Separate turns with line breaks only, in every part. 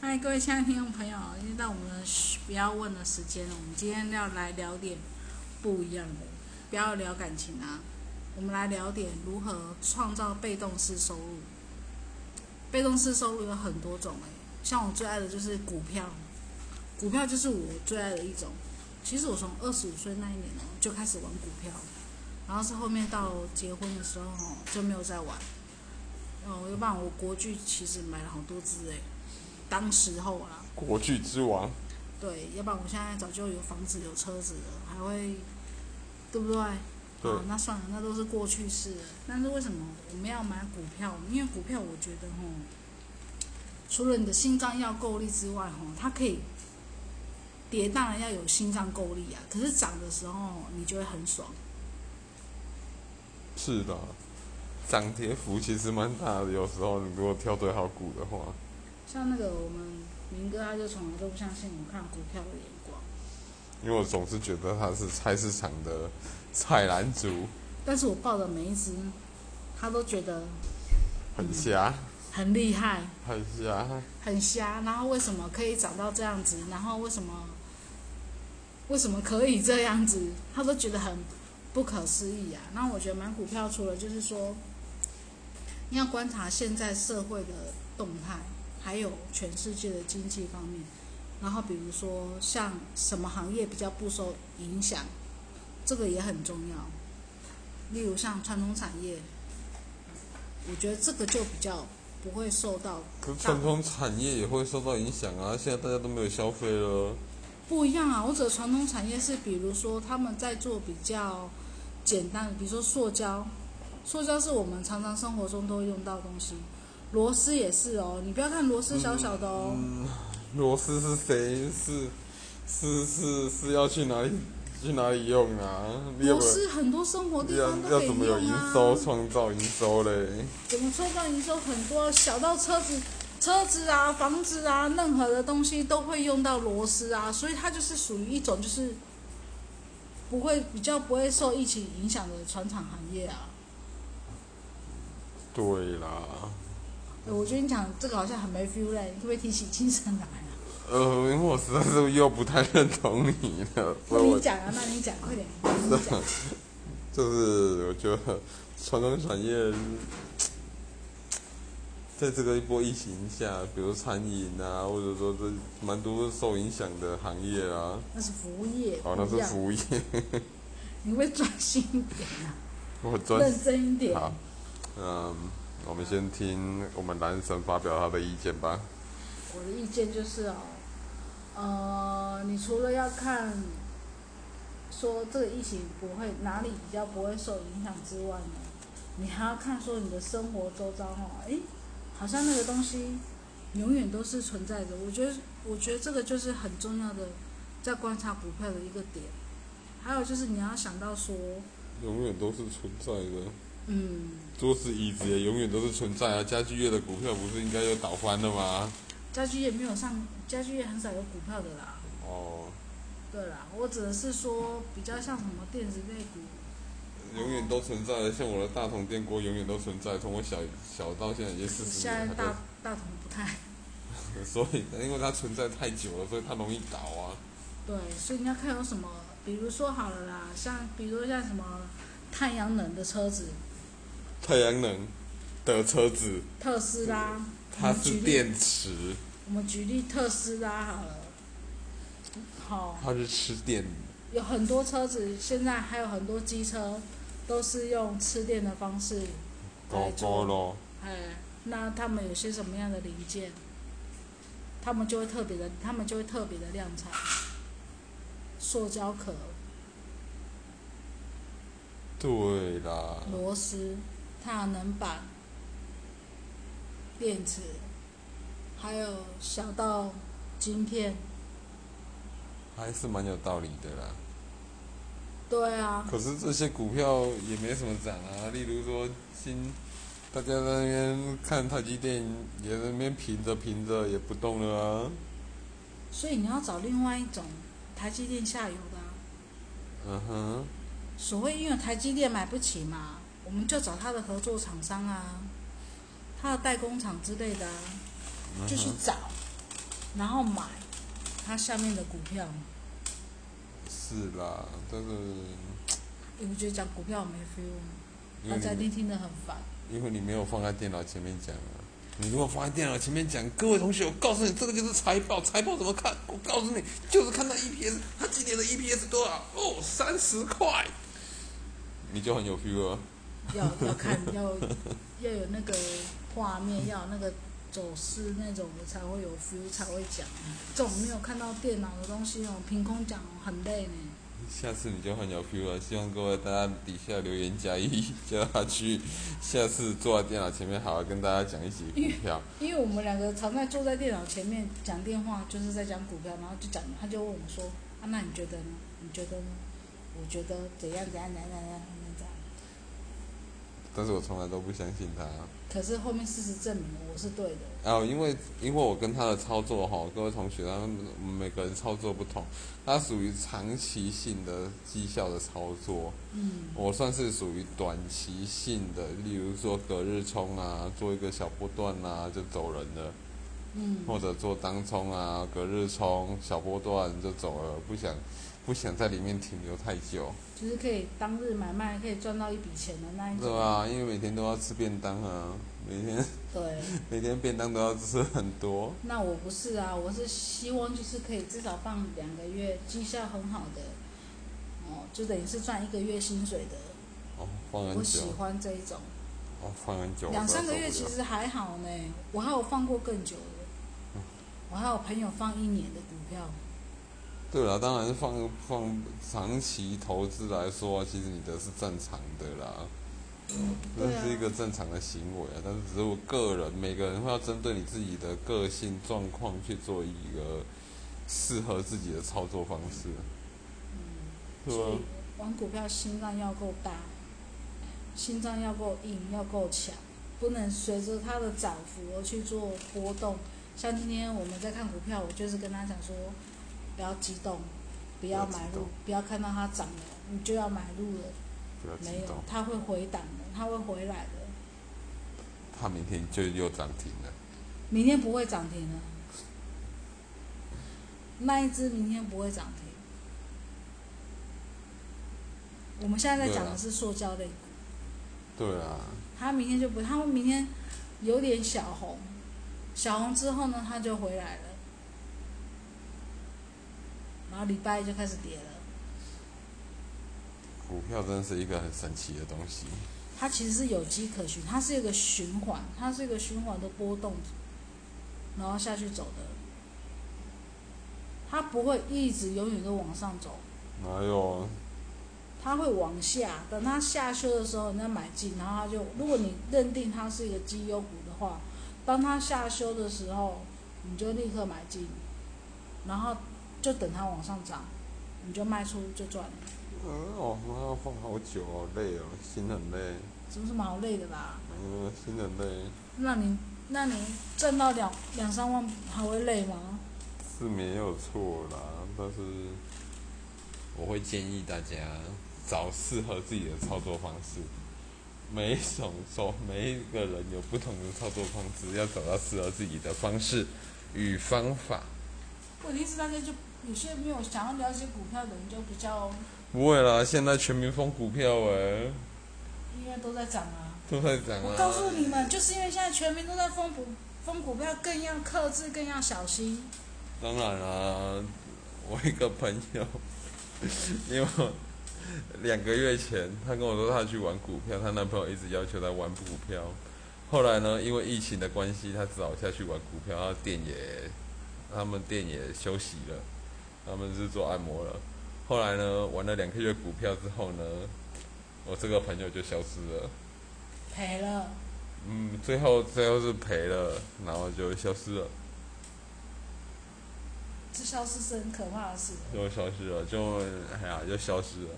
嗨，各位亲爱的听众朋友，又到我们不要问的时间了。我们今天要来聊点不一样的，不要聊感情啊，我们来聊点如何创造被动式收入。被动式收入有很多种诶、欸像我最爱的就是股票，股票就是我最爱的一种。其实我从二十五岁那一年哦就开始玩股票，然后是后面到结婚的时候哦就没有再玩。哦，要不然我国剧其实买了好多只欸诶、当时候啦。
国剧之王，
对，要不然我现在早就有房子有车子了，还会，对不对？
对
好，那算了，那都是过去式了。但是为什么我们要买股票？因为股票我觉得吼，除了你的心脏要够力之外，吼，它可以跌，当然要有心脏够力啊。可是涨的时候，你就会很爽。
是的，涨跌幅其实蛮大的。有时候你如果挑对好股的话，
像那个我们明哥，他就从来都不相信我看股票的眼光。
因为我总是觉得它是菜市场的菜篮族，
但是我报的每一只，他都觉得嗯
很瞎，
很厉害，
很瞎。
很瞎，然后为什么可以长到这样子？然后为什么为什么可以这样子？他都觉得很不可思议啊。那我觉得买股票除了就是说，你要观察现在社会的动态，还有全世界的经济方面，然后比如说像什么行业比较不受影响，这个也很重要。例如像传统产业，我觉得这个就比较不会受到
可是传统产业也会受到影响啊！现在大家都没有消费了，
不一样啊！我指的传统产业是，比如说他们在做比较简单的，比如说塑胶，塑胶是我们常常生活中都会用到的东西，螺丝也是哦。你不要看螺丝小小的哦，
嗯，螺丝是谁是是是是要去哪里去哪里用啊？你有
螺
没有
丝很多生活地
要
方都
要
可以
怎么有
用
营
啊。
收创造营收嘞？
怎么创造营收很多，小到车子、车子啊、房子啊，任何的东西都会用到螺丝啊，所以它就是属于一种就是不会比较不会受疫情影响的船厂行业啊。
对啦。
欸我觉得你讲这个好像很没 feel 嘞，你可不可以提起精神来啊？
呃，因为我实在是又不太认同你 了，
那
所以
你
我
讲啊，那你讲，快点，你讲。
就是我觉得传统产业嗯在这个一波疫情下，比如餐饮啊，或者说这蛮多受影响的行业啊，
那是服务业，
好，那
不一
是
样
服务业，
你会专心一点啊，
我专
认真一点。
好，嗯，我们先听我们男神发表他的意见吧。
我的意见就是哦，呃，你除了要看说这个疫情不会哪里比较不会受影响之外呢，你还要看说你的生活周遭哈、哦，诶，好像那个东西永远都是存在着。我觉得，我觉得这个就是很重要的，在观察股票的一个点。还有就是你要想到说，
永远都是存在的，
嗯，
桌子椅子也永远都是存在啊。家具业的股票不是应该又倒翻了吗？
家居也没有上，家居也很少有股票的啦。
哦。
对啦，我指的是说比较像什么电子类股，
永远都存在的，像我的大同电锅永远都存在，从我小小到现在已经四十
现
年
在
了，
大大同不 太
所以因为它存在太久了，所以它容易倒啊。
对，所以你要看有什么，比如说好了啦，像比如说像什么太阳能的车子，
太阳能的车子
特斯拉，
它是电池，
我们举例特斯拉好了，好、
它是吃电，
有很多车子现在还有很多机车都是用吃电的方式
狗
来
狗
做，
咯，
哎，那他们有些什么样的零件，他们就会特别的，他们就会特别的量产，塑胶壳、
对啦，
螺丝、太阳能板、电池，还有小到晶片。
还是蛮有道理的啦。
对啊，
可是这些股票也没什么涨啊，例如说新，大家在那边看台积电，也在那边平着平着也不动了啊。
所以你要找另外一种台积电下游的、啊。
嗯哼，
所谓因为台积电买不起嘛，我们就找它的合作厂商啊，它的代工厂之类的啊，
嗯哼
就去找。然后买它下面的股票。
是啦，但是
欸我觉得讲股票我没 feel，
因
大
为
家一
你
定听得很烦。
因为你没有放在电脑前面讲啊。你如果放在电脑前面讲，各位同学，我告诉你，这个就是财报，财报怎么看？我告诉你，就是看 E 到 EPS，它今年的 EPS 多少？哦，三十块，你就很有 feel 啊了。
要要看，要要有那个画面，要有那个走势那种的才会有 feel，才会讲。啊这种没有看到电脑的东西哦，凭空讲哦很累呢。
下次你就很有 feel 了。希望各位大家底下留言加一 加下去，下次坐在电脑前面好好跟大家讲一起股票。
因为我们两个常在坐在电脑前面讲电话，就是在讲股票，然后就讲，他就问我说：“啊，那你觉得呢？你觉得呢？我觉得怎样怎样怎样怎样怎样怎样。
但是我从来都不相信他。”
可是后面事实证明我是对的。
啊，因为因为我跟他的操作哈，各位同学，他们我们每个人操作不同，他属于长期性的绩效的操作，
嗯，
我算是属于短期性的，例如说隔日冲啊，做一个小波段啊就走人了，
嗯，
或者做当冲啊，隔日冲小波段就走了，不想 不想在里面停留太久，
就是可以当日买卖可以赚到一笔钱的那一
对啊
种。
吧？因为每天都要吃便当啊，每天
对，
每天便当都要吃很多，
那我不是啊，我是希望就是可以至少放两个月，绩效很好的，哦，就等于是赚一个月薪水的。
哦，放很
我
久
喜。欢这一种，
哦，放很久，
两
我
三
快
个月
受
其
不了
实还好呢，我还有放过更久的，
嗯
我还有朋友放一年的股票，
对啦，当然放放长期投资来说啊，其实你的是正常的啦，这
对啊
是一个正常的行为啊。但是只是我个人，每个人会要针对你自己的个性状况去做一个适合自己的操作方式，
嗯，
对啊
所
吧
以？玩股票心脏要够大，心脏要够硬，要够强，不能随着它的涨幅而去做波动。像今天我们在看股票，我就是跟他讲说，不要激动，不要买
不要激
入
动，
不要看到它涨了你就要买入了，
不要激
没有
动，，
它会回档的，它会回来的，
它明天就又涨停了。
明天不会涨停了。那一只明天不会涨停。我们现在在讲
对
的
啊
是塑胶类股。
对啊，
他明天就不，他们明天有点小红，小红之后呢，他就回来了，然后礼拜一就开始跌了。
股票真是一个很神奇的东西。
它其实是有迹可循，它是一个循环，它是一个循环的波动，然后下去走的，它不会一直永远都往上走，
哪有？
它会往下。等它下修的时候，你再买进，然后它就，如果你认定它是一个绩优股的话，当它下修的时候，你就立刻买进，然后就等它往上涨，你就卖出就赚了，
嗯，哦，妈要放好久，好累哦，心很累，
这不是蛮累的吧？
嗯，心很累。
那你那你挣到两两三万还会累吗？
是没有错啦，但是我会建议大家找适合自己的操作方式。每一种说，每一个人有不同的操作方式，要找到适合自己的方式与方法。
问题是大家就有些没有想要了解股票的人就比较，
不会啦，现在全民疯股票哎、
因为都在涨啊。
都在涨啊！
我告诉你们，就是因为现在全民都在疯股疯股票，更要克制，更要小心。
当然啦、我一个朋友，因为我两个月前他跟我说他去玩股票，她男朋友一直要求她玩股票。后来呢，因为疫情的关系，她只好下去玩股票，她店也，他们店也休息了，他们是做按摩了。后来呢，玩了两个月股票之后呢，我这个朋友就消失了。
赔了，
嗯，最后最后是赔了，然后就消失了。
这消失是很可怕的事。
就消失了，就哎呀，就消失了，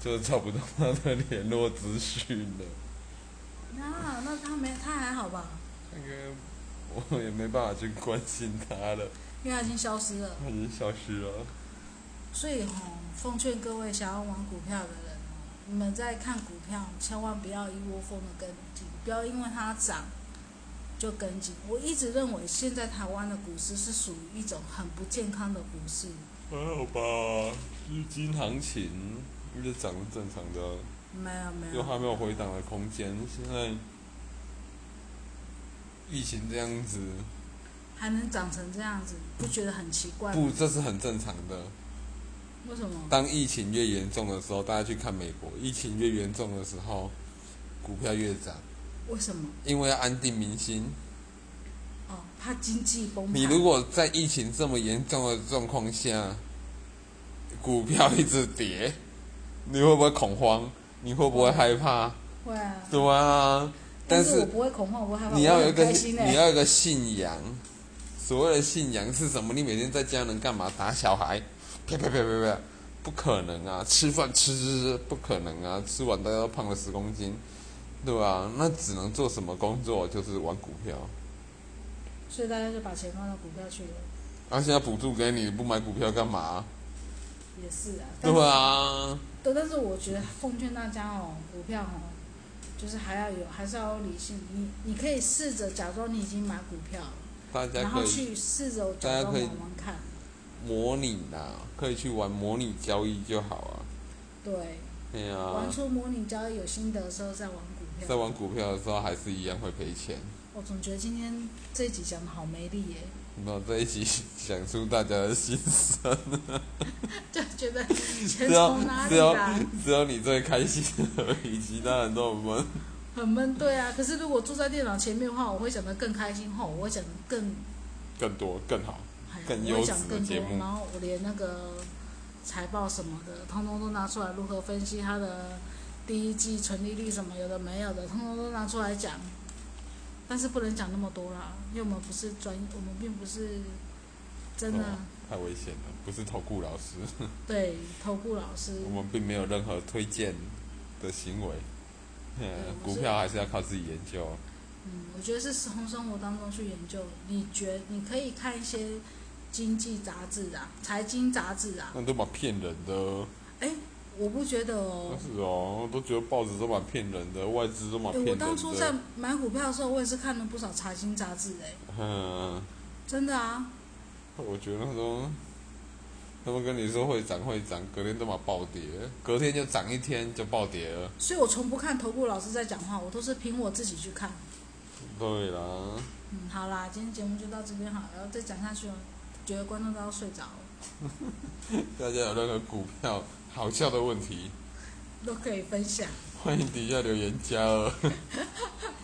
就找不到他的联络资讯了。
啊，那他没他还好吧？
那个我也没办法去关心他了，
因为他已经消失了。
他已经消失了。
所以吼、奉劝各位想要玩股票的人哦，你们在看股票千万不要一窝蜂的跟进，不要因为它涨就跟进。我一直认为现在台湾的股市是属于一种很不健康的股市，
还好吧，日经行情日涨是正常的，
没有没
又
有，
还没有回档的空间。现在疫情这样子，
还能长成这样子，不觉得很奇怪吗？
不，这是很正常的。
为什么？
当疫情越严重的时候，大家去看美国，疫情越严重的时候，股票越涨，
为什么？
因为要安定民心。
哦，怕经济崩盘。
你如果在疫情这么严重的状况下，股票一直跌，你会不会恐慌？你会不会害怕？
会啊，
对啊，但
是我
是
不会恐慌，我不会害怕，
你
嗯
要
我
有一
很
个
开心欸
你要有一个信仰。所谓的信仰是什么？你每天在家能干嘛？打小孩？啪啪啪啪啪，不可能啊！吃饭吃吃吃，不可能啊！吃完大家都胖了十公斤，对吧、那只能做什么工作？就是玩股票。
所以大家就把钱放到股票去了，
啊，现在补助给你，你不买股票干嘛？
也是啊。但
对
是
啊，
对，但是我觉得奉劝大家哦，股票哦，就是还要有，还是要有理性。你你可以试着假装你已经买股票了，
大家
然
可
后
以
去试着
大家
假装
可
玩
以
玩看。
模拟啦，可以去玩模拟交易就好啊。
对，
对啊
玩，出模拟交易有心得的时候再玩股
在
票。
玩股票的时候还是一样会赔钱。
我总觉得今天这一集讲的好没力耶，
那这一集讲出大家的心声，
就觉得钱
只有
从哪
只
里
有
来，啊
只有你最开心而已，其他人都很闷。
很闷。对啊，可是如果坐在电脑前面的话，我会讲得更开心，吼，我会讲得更
更多更好，
哎
更
我
优
会
质
讲
的
更
节
多，
目
然后我连那个财报什么的，通通都拿出来，如何分析它的第一季纯利率什么有的没有的，通通都拿出来讲。但是不能讲那么多啦，因为我们不是专，我们并不是真的、
哦太危险了，不是投顾老师，
对投顾老师。
我们并没有任何推荐的行为。嗯，
我
股
是
票还是要靠自己研究。
嗯，我觉得是从生活当中去研究。你觉你可以看一些经济杂志啊，财经杂志啊。
那都蛮骗人的，
哎，我不觉得哦
但。是哦，都觉得报纸都蛮骗人的，外资都
欸
蛮骗
我
人的。
当初在买股票的时候，我也是看了不少财经杂志、欸，
嗯，
真的啊，
我觉得那种，他们跟你说会涨会涨，隔天都嘛暴跌，隔天就涨一天就暴跌了。
所以我从不看投顾老师在讲话，我都是凭我自己去看。
对啦，
嗯，好啦，今天节目就到这边好了，然后再讲下去，我觉得观众都要睡着了，
大家有任何股票好笑的问题，
都可以分享，
欢迎底下留言加二，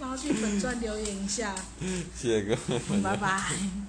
然后去粉钻留言一下，嗯
谢谢各位。
拜拜。